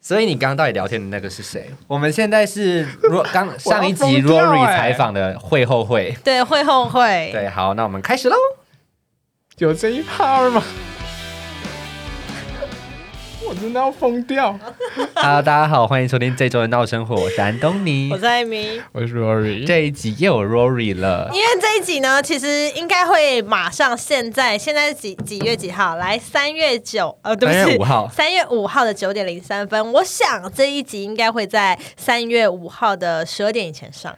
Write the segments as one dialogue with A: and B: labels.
A: 所以你刚刚到底聊天的那个是谁？我们现在 是若刚上一集 Rory 采访的会后会。
B: 对，会后会。
A: 欸对，好，那我们开始喽。
C: 有这一趴吗？ 我真的要疯掉！
A: Hello，大家好，欢迎收听这周的闹生活，我是安东尼
B: 我。是艾米。
C: 我是 Rory，
A: 这一集又有 Rory 了，
B: 因为这一集呢，其实应该会马上现在，现在是几几月几号？来，三月九，呃，对
A: 3
B: 不
A: 月
B: 起，
A: 5号
B: 三月五号的九点零三分。我想这一集应该会在三月五号的十二点以前上，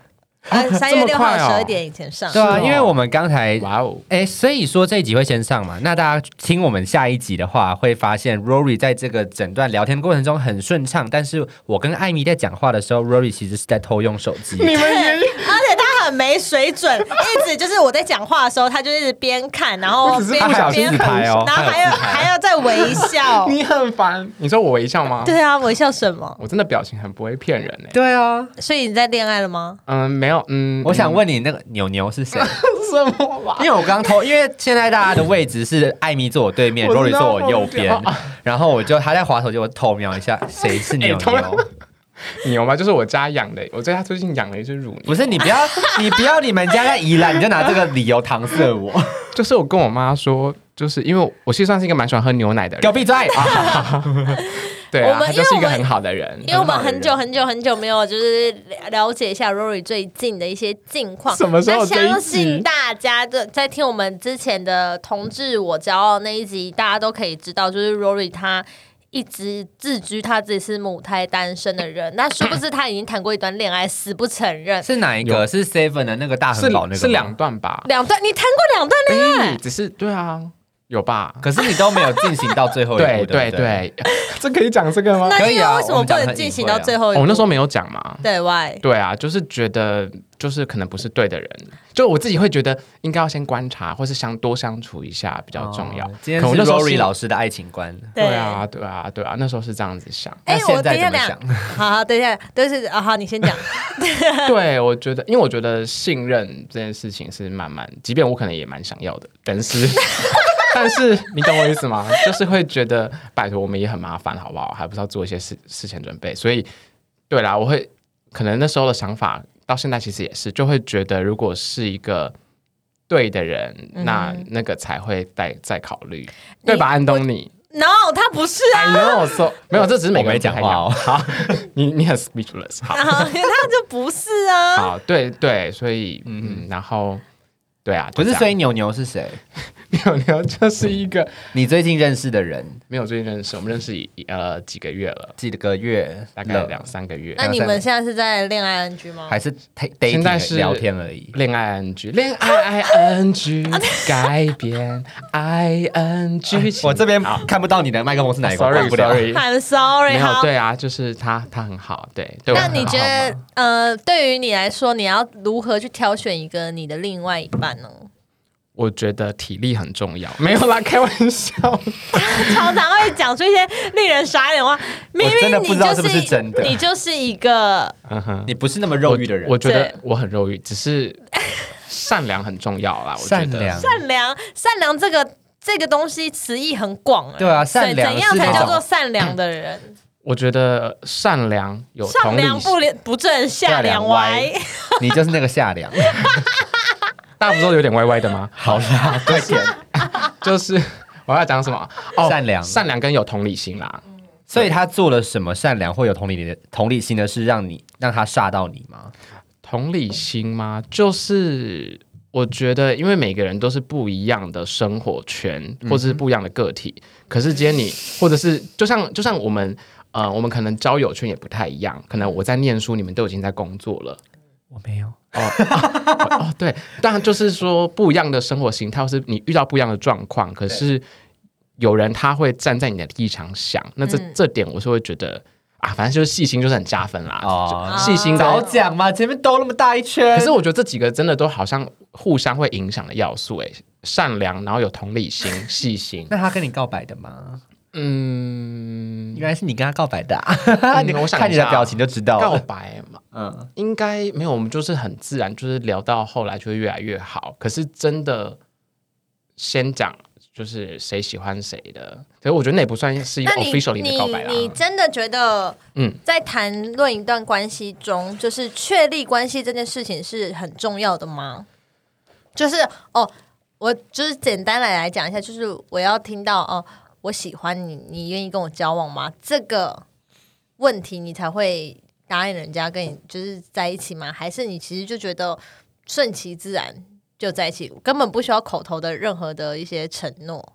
B: 呃，三月六号
C: 这么快
B: 十
C: 哦
B: 二点以前上。
A: 对啊，
C: 是哦
A: 因为我们刚才。
C: 哇哦，
A: 哎，所以说这一集会先上嘛？那大家听我们下一集的话，会发现 Rory 在这个整段聊天过程中很顺畅，但是我跟艾米在讲话的时候，Rory 其实是在偷用手机。
C: 你们
B: 而
C: 也
B: 且他很没水准，一直就是我在讲话的时候，他就一直边看，然后
C: 我只是
B: 边
C: 不小。
A: 心
B: 边
A: 自拍哦
B: 然后还要还要再微笑
C: 你很烦。你说我微笑吗？
B: 对啊，微笑什么？
C: 我真的表情很不会骗人哎。
A: 对啊，
B: 所以你在恋爱了吗？
C: 嗯，没有，嗯，
A: 我想
C: 嗯
A: 问你那个牛牛是谁？
C: 什么吧
A: 因？为我刚偷，因为现在大家的位置是艾米坐我对面
C: 我知
A: ，Rory
C: 道
A: 坐我右
C: 我
A: 边
C: 知道，
A: 然后我就他在滑手机，我偷瞄一下谁是牛
C: 哎偷瞄
A: 牛。
C: 牛吗？就是我家养的，我在家最近养了一只乳牛，
A: 不是你不 要，你不要你们家在宜兰，你就拿这个理由搪塞我，
C: 就是我跟我妈说，就是因为我其实算是一个蛮喜欢喝牛奶的
A: 给我
C: 人，
A: 闭嘴！
C: 对啊
B: 我，们
C: 她就是一
B: 因为
C: 个
B: 我们
C: 很好的人，
B: 因为我们
C: 好的
B: 很
C: 人
B: 久很久很久没有就是了解一下 Rory 最近的一些近况。
C: 什么时候
B: 那
C: 这一集
B: 相信大家的在听我们之前的《同志我骄傲》那一集，大家都可以知道，就是 Rory 他。一直自居他自己是母胎单身的人，那殊不知他已经谈过一段恋爱，死不承认。
C: 哦
A: 是哪一个？是 Seven 的那个大
C: 是
A: 很堡那个？
C: 是两。段吧？
B: 两段你谈过两段恋爱
C: 哎，，只是对啊，有吧？
A: 可是你都没有进行到最后一步，
C: 对
A: 不对
C: 对，哦对， 这哦可以讲这个吗？
B: 那
A: 可
B: 因
A: 以
B: 为
A: 啊
B: 为什
A: 我
B: 么
A: 们
B: 不
A: 讲得
B: 能
A: 很
B: 进
A: 隐
B: 行
A: 晦
B: 到
A: 啊
B: 最后一步？
C: 我那时候没哦有讲嘛。
B: 对外，。
C: 对啊，就是觉得就是可能不是对的人，就我自己会觉得应该要先观察，或是相多相处一下比较重要。
A: 哦今天
C: 可能
A: 是
C: 我那时候
A: Rory
C: 是
A: 老师的爱情观。
C: 对啊，对啊，对啊，那时候是这样子想
B: 哎
A: 那现
B: 我
A: 在
B: 等一下
A: 怎么
B: 等一下
A: 想？
B: 好好，等一下，但是啊，好，你先讲。
C: 对，我觉得，因为我觉得信任这件事情是慢慢，即便我可能也蛮想要的，但是。 但是你懂我意思吗？就是会觉得，拜托我们也很麻烦，好不好？还不是要做一些事事前准备。所以，对啦，我会可能那时候的想法到现在其实也是，就会觉得如果是一个对的人，那
A: 嗯
C: 那个才会再再考虑，对吧？安东尼
B: No，他不是啊。
C: ，I know so，没有，这只是每
A: 我
C: 个
A: 没
C: 人
A: 讲
C: 不太一
A: 话哦
C: 样。好，你你很 speechless，好。
B: 然后啊 他就不是啊，
C: 好，对对，所以嗯，然后对啊，
A: 不，
C: 就是这
A: 所以牛牛是谁？
C: 样 牛牛就是一个
A: 你最近认识的人，
C: 没有最近认识，我们认识一呃几个月了，
A: 几个月
C: 大概
A: 了
C: 两三个月
B: 那。你们现在是在恋爱 NG 吗？
A: 还是 t a
C: 现在是
A: 聊天而已。
C: 恋爱 NG，恋爱 ING，改变 ING，
A: 我这边看不到你的麦克风是哪一款，换不了。
C: sorry，sorry，
B: I'm sorry，
C: 没有
B: 好。
C: 对啊，就是他他很好，对对我
B: 那
C: 很好。
B: 你觉得，呃，对于你来说，你要如何去挑选一个你的另外一半呢？
C: 我觉得体力很重要， 没有啦，开玩笑。
B: 常常会讲出一些令人傻眼的话，明
A: 真的
B: 明
A: 不知
B: 你
A: 道
B: 就是
A: 不是真的
B: 你就是一个
C: 嗯哼。
A: 你不是那么肉欲的人，
C: 我觉得
B: 对
C: 我很肉欲，只是善良很重要啦。我觉
A: 善
C: 得
A: 良，
B: 善良，善良这个这个东西词义很广、欸，
A: 对啊善良
B: 怎样
A: 是
B: 才
A: 那
B: 叫
A: 种
B: 做善良的人？
C: 我觉得善良有
B: 上
C: 同理
B: 梁不
C: 心，
B: 不正，下
A: 下梁
B: 梁歪。
A: 你就是那个下 梁，？
C: 大家不是都有点歪歪的吗
A: 好啦，快点。
C: 就是我要讲什么？哦
A: 善良
C: 善良跟有同理心啦。
A: 所以他做了什么善良或有同理的同理心的事，让你让他吓到你吗？
C: 同理心吗？就是我觉得，因为每个人都是不一样的生活圈，
A: 嗯
C: 或者是不一样的个体。可是今天你，或者是就像就像我们。呃，我们可能交友圈也不太一样，可能我在念书，你们都已经在工作了，
A: 我没有，
C: 哦，对，当然就是说不一样的生活形态，或是你遇到不一样的状况，可是有人他会站在你的立场想，那这、
B: 嗯
C: 这点我是会觉得啊，反正就是细心就是很加分啦，
A: 哦
C: 就细心
A: 早
C: 跟。
A: 讲嘛，前面兜那么大一圈
C: 可。是我觉得这几个真的都好像互相会影响的要素、诶，善良，然后有同理心、细心，
A: 那他跟你告白的吗？
C: 嗯，
A: 原来是你跟他告白的、啊，
C: 嗯
A: 你
C: 我想一 下
A: 看你的表情就知道
C: 告
A: 了。
C: 白嘛，
A: 嗯，
C: 应该没有，我们就是很自然，就是聊到后来就会越来越好。可是真的，先讲就是谁喜欢谁的，所以我觉得那也不算是一个
B: 那你
C: officially 的
B: 你
C: 告白啦。
B: 你真的觉得，
C: 嗯
B: 在谈论一段关系中，就是确立关系这件事情是很重要的吗？就是哦，我就是简单来来讲一下，就是我要听到哦，我喜欢你，你愿意跟我交往吗？这个问题你才会答应人家跟你就是在一起吗？还是你其实就觉得顺其自然就在一起，根本不需要口头的任何的一些承诺？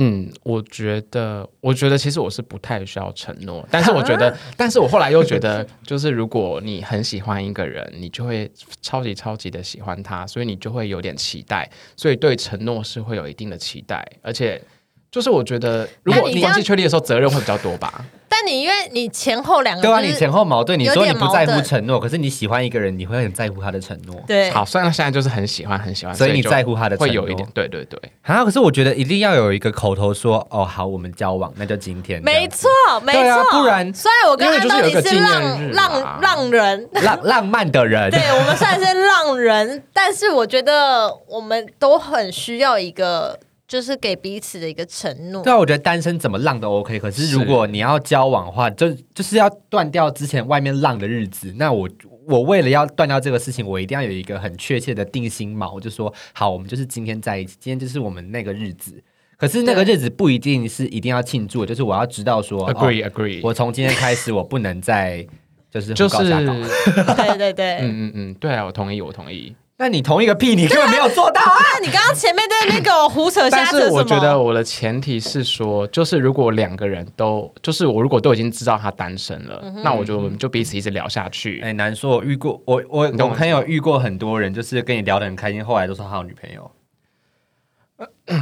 C: 嗯，我觉得，我觉得其实我是不太需要承诺，但是我觉
B: 啊
C: 得，但是我后来又觉得，就是如果你很喜欢一个人，你就会超级超级的喜欢他，所以你就会有点期待，所以对承诺是会有一定的期待，而且就是我觉得，如
B: 那
C: 果
B: 你这样
C: 关系确立的时候，责任会比较多吧。
B: 但你因为你前后两 个
A: 对啊，
B: 就是
A: 你前后矛盾，你
B: 有
A: 说你
B: 点
A: 不在
B: 矛
A: 乎
B: 盾
A: 承诺，可是你喜欢一个人，你会很在乎他的承诺，
B: 对，
C: 好，虽然现在就是很喜欢很喜欢，
A: 啊所以你
C: 就
A: 在乎他的承
C: 会
A: 诺，
C: 有一点，对对对，
A: 啊。可是我觉得一定要有一个口头说，哦，好，我们交往，那就今天，
B: 没
A: 这样
B: 错，没
A: 对啊
B: 错，
A: 不然
B: 所以我跟
C: 因为
B: 他
C: 就是
B: 到
C: 有一个
B: 底是
C: 纪念
B: 浪
C: 日
B: 浪
C: 嘛
B: 浪 人，
A: 浪浪漫的人，
B: 对我们算是浪人， 但是我觉得我们都很需要一个，就是给彼此的一个承诺
A: 对。啊，我觉得单身怎么浪都 OK，可是如果你要交往的话，就就是要断掉之前外面浪的日子。那我我为了要断掉这个事情，我一定要有一个很确切的定心锚，就说好，我们就是今天在一起，今天就是我们那个日子。可是那个
B: 对
A: 日子不一定是一定要庆祝的，就是我要知道说
C: agree
A: 哦
C: agree，
A: 我从今天开始我不能再就是
C: 就
A: 胡搞
C: 是，
A: 瞎搞
C: 嗯
B: 对对对。
C: 嗯嗯，对啊，我同意，我同意。
A: 那你同一个屁，你根本没有做到 啊！
B: 那你刚刚前面在那边给我胡扯
C: 但
B: 瞎扯
C: 是
B: 什么？
C: 我觉得我的前提是说，就是如果两个人都，就是我如果都已经知道他单身了，那我觉得我们就彼此一直聊下去。
A: 哎，难说，我遇过我我
C: 你
A: 我
C: 懂我
A: 朋友遇过很多人，就是跟你聊得很开心，后来都说他有女朋友。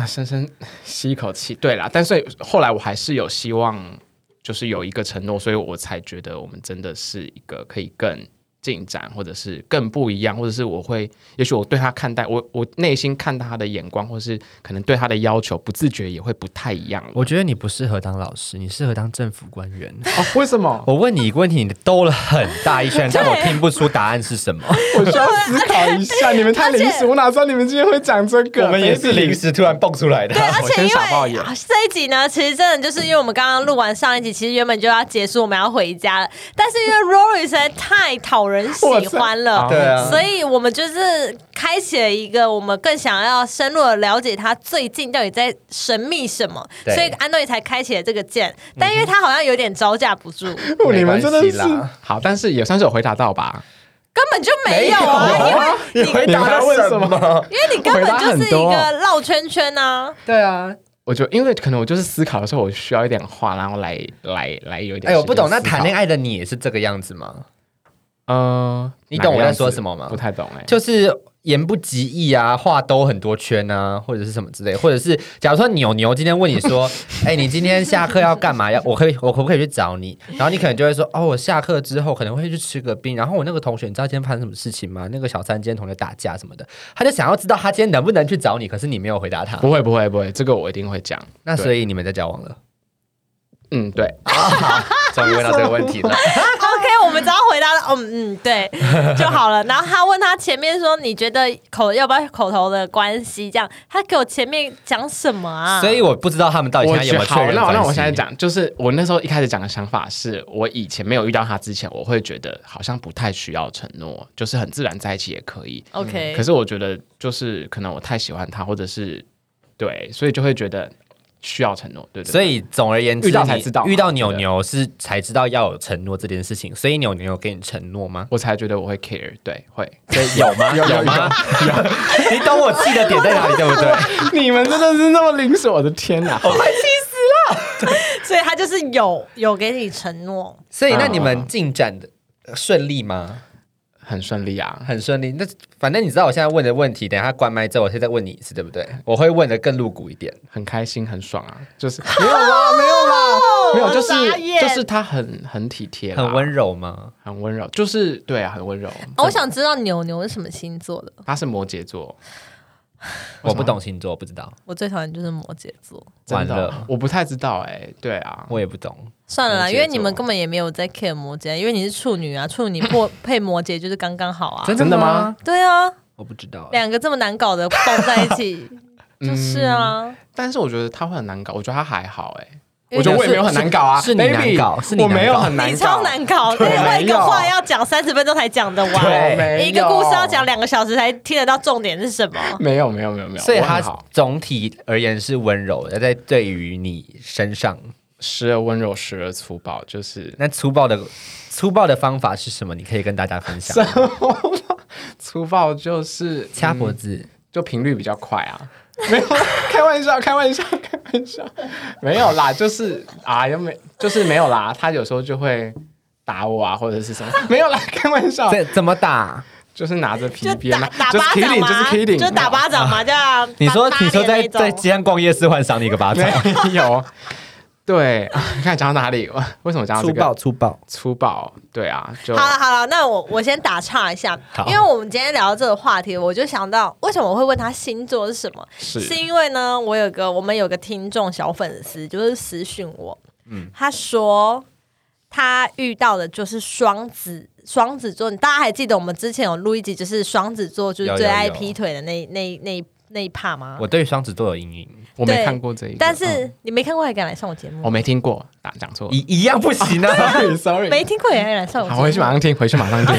C: 深深吸一口气，对啦。但是后来我还是有希望，就是有一个承诺，所以我才觉得我们真的是一个可以更进展，或者是更不一样，或者是我会，也许我对他看待我我内心看待他的眼光，或是可能对他的要求，不自觉也会不太一样了。
A: 我觉得你不适合当老师，你适合当政府官员。
C: 哦，为什么？
A: 我问你一个问题，你兜了很大一 圈，但我听不出答案是什么。
C: 我需要思考一下，你们太临时，我哪知道你们今天会讲这个？Maybe
A: 时突然蹦出来的
B: 对，而
C: 我
B: 且
C: 先
B: 因
C: 傻爆眼
B: 为啊这一集呢，其实真的就是因为我们刚刚录完上一集，其实原本就要结束，我们要回家了。但是因为 Rory 实在太讨人喜欢 了，
C: 我真对
A: 啊
B: 所以我们就是开启了一个我们更想要深入的了解他最近到底在神秘什么，
A: 对
B: 所以安东尼才开启了这个键。但因为他好像有点招架不住，根
A: 没
C: 你们真的
A: 关系
C: 是
A: 啦
C: 好，但是也算是有回答到吧？
B: 本就没有啊，因为
A: 你
C: 你们还问什么？
B: 因为你根本就是一
C: 回答
B: 个
C: 很
B: 绕圈圈啊。
A: 对啊，
C: 我就因为可能我就是思考的时候，我需要一点话，然后来来来有一点。
A: 哎，我不懂，那谈恋
C: 爱，
A: 爱的你也是这个样子吗？
C: 嗯，
A: 你懂我在说
C: 哪个样子
A: 什么吗
C: 不太懂哎，
A: 就是言不及义啊，话兜很多圈啊，或者是什么之类，或者是假如说牛牛今天问你说，哎、你今天下课要干嘛？要我可以我可不可以去找你？然后你可能就会说，哦，我下课之后可能会去吃个冰。然后我那个同学，你知道今天发生什么事情吗？那个小三今天同学打架什么的，他就想要知道他今天能不能去找你，可是你没有回答他。
C: 不会不会不会，这个我一定会讲。
A: 那
C: 对
A: 所以你们在交往了？
C: 嗯，对，
A: 终于问到这个问题了。
B: OK，我们只要回答了，嗯嗯，对就好了。然后他问他前面说，你觉得口要不要口头的关系这样？他给我前面讲什么啊？
A: 所以我不知道他们到哦底现
C: 我
A: 在有没有确
C: 好，
A: 认
C: 那我
A: 关
C: 那我
A: 系
C: 现在，讲，就是我那时候一开始讲的想法是，我以前没有遇到他之前，我会觉得好像不太需要承诺，就是很自然在一起也可以。
B: OK，、
C: 可是我觉得就是可能我太喜欢他，或者是对，所以就会觉得需要承诺，对对
A: 所以总而言之，
C: 遇到才
A: 你
C: 知道嘛
A: 遇到牛牛是才知道要有承诺这件事情。所以牛牛有给你承诺吗？
C: 我才觉得我会 care，对，会。
A: 所以 有吗？有吗？有， 你懂我气的点在哪里，对不对？
C: 你们真的是那么临时，我的天哪！
B: 所以他就是有有给你承诺，
A: 所以那你们进展的顺利吗？
C: 很顺利啊，
A: 很顺利。那反正你知道我现在问的问题，等一下关麦之后，我现在问你一次，对不对？我会问的更露骨一点。
C: 很开心，很爽啊， 就是没有啦，没有啦，没有，就是
B: 我傻眼
C: 就是他很很体贴啦，
A: 很温柔吗？
C: 很温柔，就是对啊，很温柔。
B: 哦我想知道牛牛是什么星座的？
C: 他是摩羯座，
A: 我不懂星座，不知道，
B: 我最讨厌就是摩羯座。
C: 真
A: 完
C: 的
A: 了，
C: 我不太知道哎、对啊，
A: 我也不懂。
B: 算了
C: 摩
B: 啦，
C: 羯
B: 因为你们
C: 座
B: 根本也没有在 care 摩羯，因为你是处 女啊，处女破配摩羯就是刚刚好啊。
C: 真的吗？
B: 对啊，
A: 我不知道。
B: 两个这么难搞的蹦在一起， 就是啊，
C: 但是我觉得他会很难搞，我觉得他还好哎、
B: 因
C: 嗯
B: 为
C: 我觉得我也
A: 是
C: 没有很难搞啊，
A: 是是你
C: baby，
A: 难搞是你
C: 我
A: 难
C: 没有
A: 搞
C: 很难搞，
B: 你超难搞，
C: 对
B: 另外一个
C: 没有
B: 话要讲三十分钟才讲得完，
C: 我没有
B: 一个故事要讲两个小时才听得到重点是什么。
C: 没有没有没有没有，
A: 所以
C: 我
A: 他
C: 很好
A: 总体而言是温柔的，在对于你身上。
C: 时而温柔，时而粗暴，就是
A: 那粗暴的粗暴的方法是什么？你可以跟大家分享吗。
C: 粗暴就是
A: 掐
C: 嗯
A: 脖子，
C: 就频率比较快啊。没有，开玩笑，开玩笑，开玩笑，没有啦，就是啊，又没，就是没有啦。他有时候就会打我啊，或者是 什么，没有啦，开玩笑，
A: 这怎么打？
C: 就是拿着皮
B: 就
C: 鞭
B: 打
C: 啊，
B: 打
C: 就是
B: 巴掌
C: killing，
B: 嘛，
C: 就是 killing，
B: 就打巴掌嘛，这样。
A: 你说
B: 打
A: 你说在
B: 打脸那
A: 在
B: 种
A: 街上逛夜市，换赏你一个巴掌，
C: 没有。对， 啊你看讲到哪里？为什么讲到
A: 粗
C: 这
A: 暴
C: 个
A: 粗暴。
C: 粗暴？对啊，就
B: 好了好了，那我我先打岔一下
A: 好，
B: 因为我们今天聊到这个话题，我就想到为什么我会问他星座是什么，
C: 是
B: 是因为呢，我有个我们有个听众小粉丝就是私讯我，他说他遇到的就是双子。双子座，你大家还记得我们之前有录一集，就是双子座就
A: 有
B: 是
A: 有
B: 最爱
A: 有
B: 劈腿的那那那那一趴吗？
A: 我对双子座有阴影，
C: 我没
B: 对
C: 看过这一个，
B: 但
C: 嗯
B: 是你没看过还敢来上我节目
C: 我？没听过，打讲错了。
A: 一一样不行啊。
C: Sorry，
B: 没听过也敢来上我节目？
C: 好，回去马上听，回去马上听。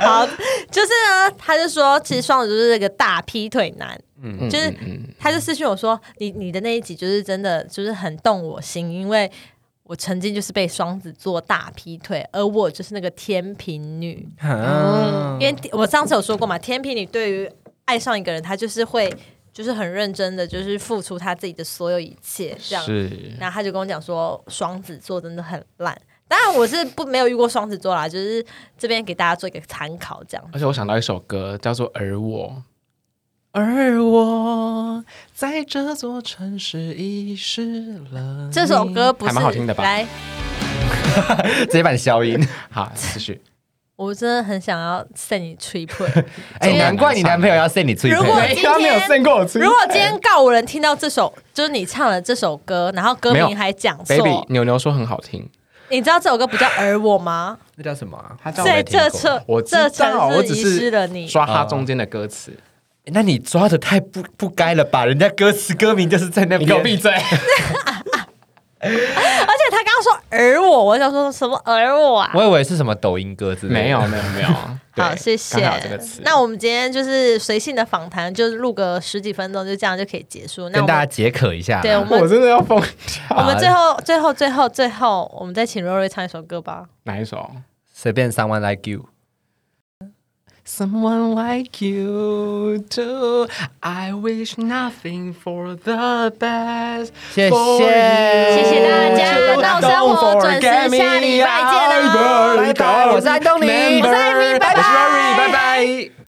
B: 好，就是呢，他就说，其实双子就是个大劈腿男，
C: 嗯
B: 就是
C: 嗯嗯
B: 他就私讯我说，你你的那一集就是真的就是很动我心，因为我曾经就是被双子座大劈腿，而我就是那个天平女，
A: 啊
C: 嗯
B: 因为我上次有说过嘛，天平女对于爱上一个人，她就是会就是很认真的，就是付出她自己的所有一切 这样。
C: 是
B: 然后他就跟我讲说，双子座真的很烂。当然我是不没有遇过双子座啦，就是这边给大家做一个参考这样。
C: 而且我想到一首歌叫做《而我》，而我在这座城市遗失了你。
B: 这首歌不是
C: 还蛮好听的吧？
B: 来，
A: 直接把你消音。
C: 好，继 续。
B: 我真的很想要 send 你 triple。
A: 哎，难怪你男朋友要送你脆
B: 如果
A: 配。
B: 今天
C: 没有胜过我吃。
B: 如果今天告五人听到这首，就是你唱了这首歌，然后歌
C: 没有
B: 名还讲
C: baby
B: 错，
C: 牛牛说很好听，
B: 你知道这首歌不叫《而我》吗？
A: 那叫什么啊？
C: 他叫
B: 在
C: 我
B: 这城
C: 我知
B: 这
C: 道，我
B: 城市
C: 只
B: 遗失
C: 是
B: 了你。
C: 刷它中间的歌词。
A: 哎那你抓的太不不该了吧？人家歌词歌名就是在那边。
C: 嘴！
B: 而且他刚刚说“而我”，我想说什么“而我”啊？
A: 我以为是什么抖音歌之类的。
C: 没有没有没有，
B: 好，
C: 对
B: 谢谢
C: 刚好有这个词。。
B: 那我们今天就是随性的访谈，就是录个十几分钟，就这样就可以结束。那
A: 跟
B: 我
A: 大家
B: 们
A: 解渴一下。啊
B: 对我们
C: 我真的要疯
B: 我
C: 掉。
B: 们最后最后最后最后，我们再请瑞瑞唱一首歌吧。
C: 哪一首？
A: 随便 someone like you。
C: Someone like you do. I wish nothing for the best.
A: 谢谢
C: for you.
A: 谢
B: 谢大家
C: Just
B: 到生活
C: don't
B: 准时
C: forget me,
B: 下礼拜见哦
C: I will
A: 拜拜我是安东尼
C: remember.
A: 我是
C: 我是
A: Ivy，拜拜
C: Rory，拜拜。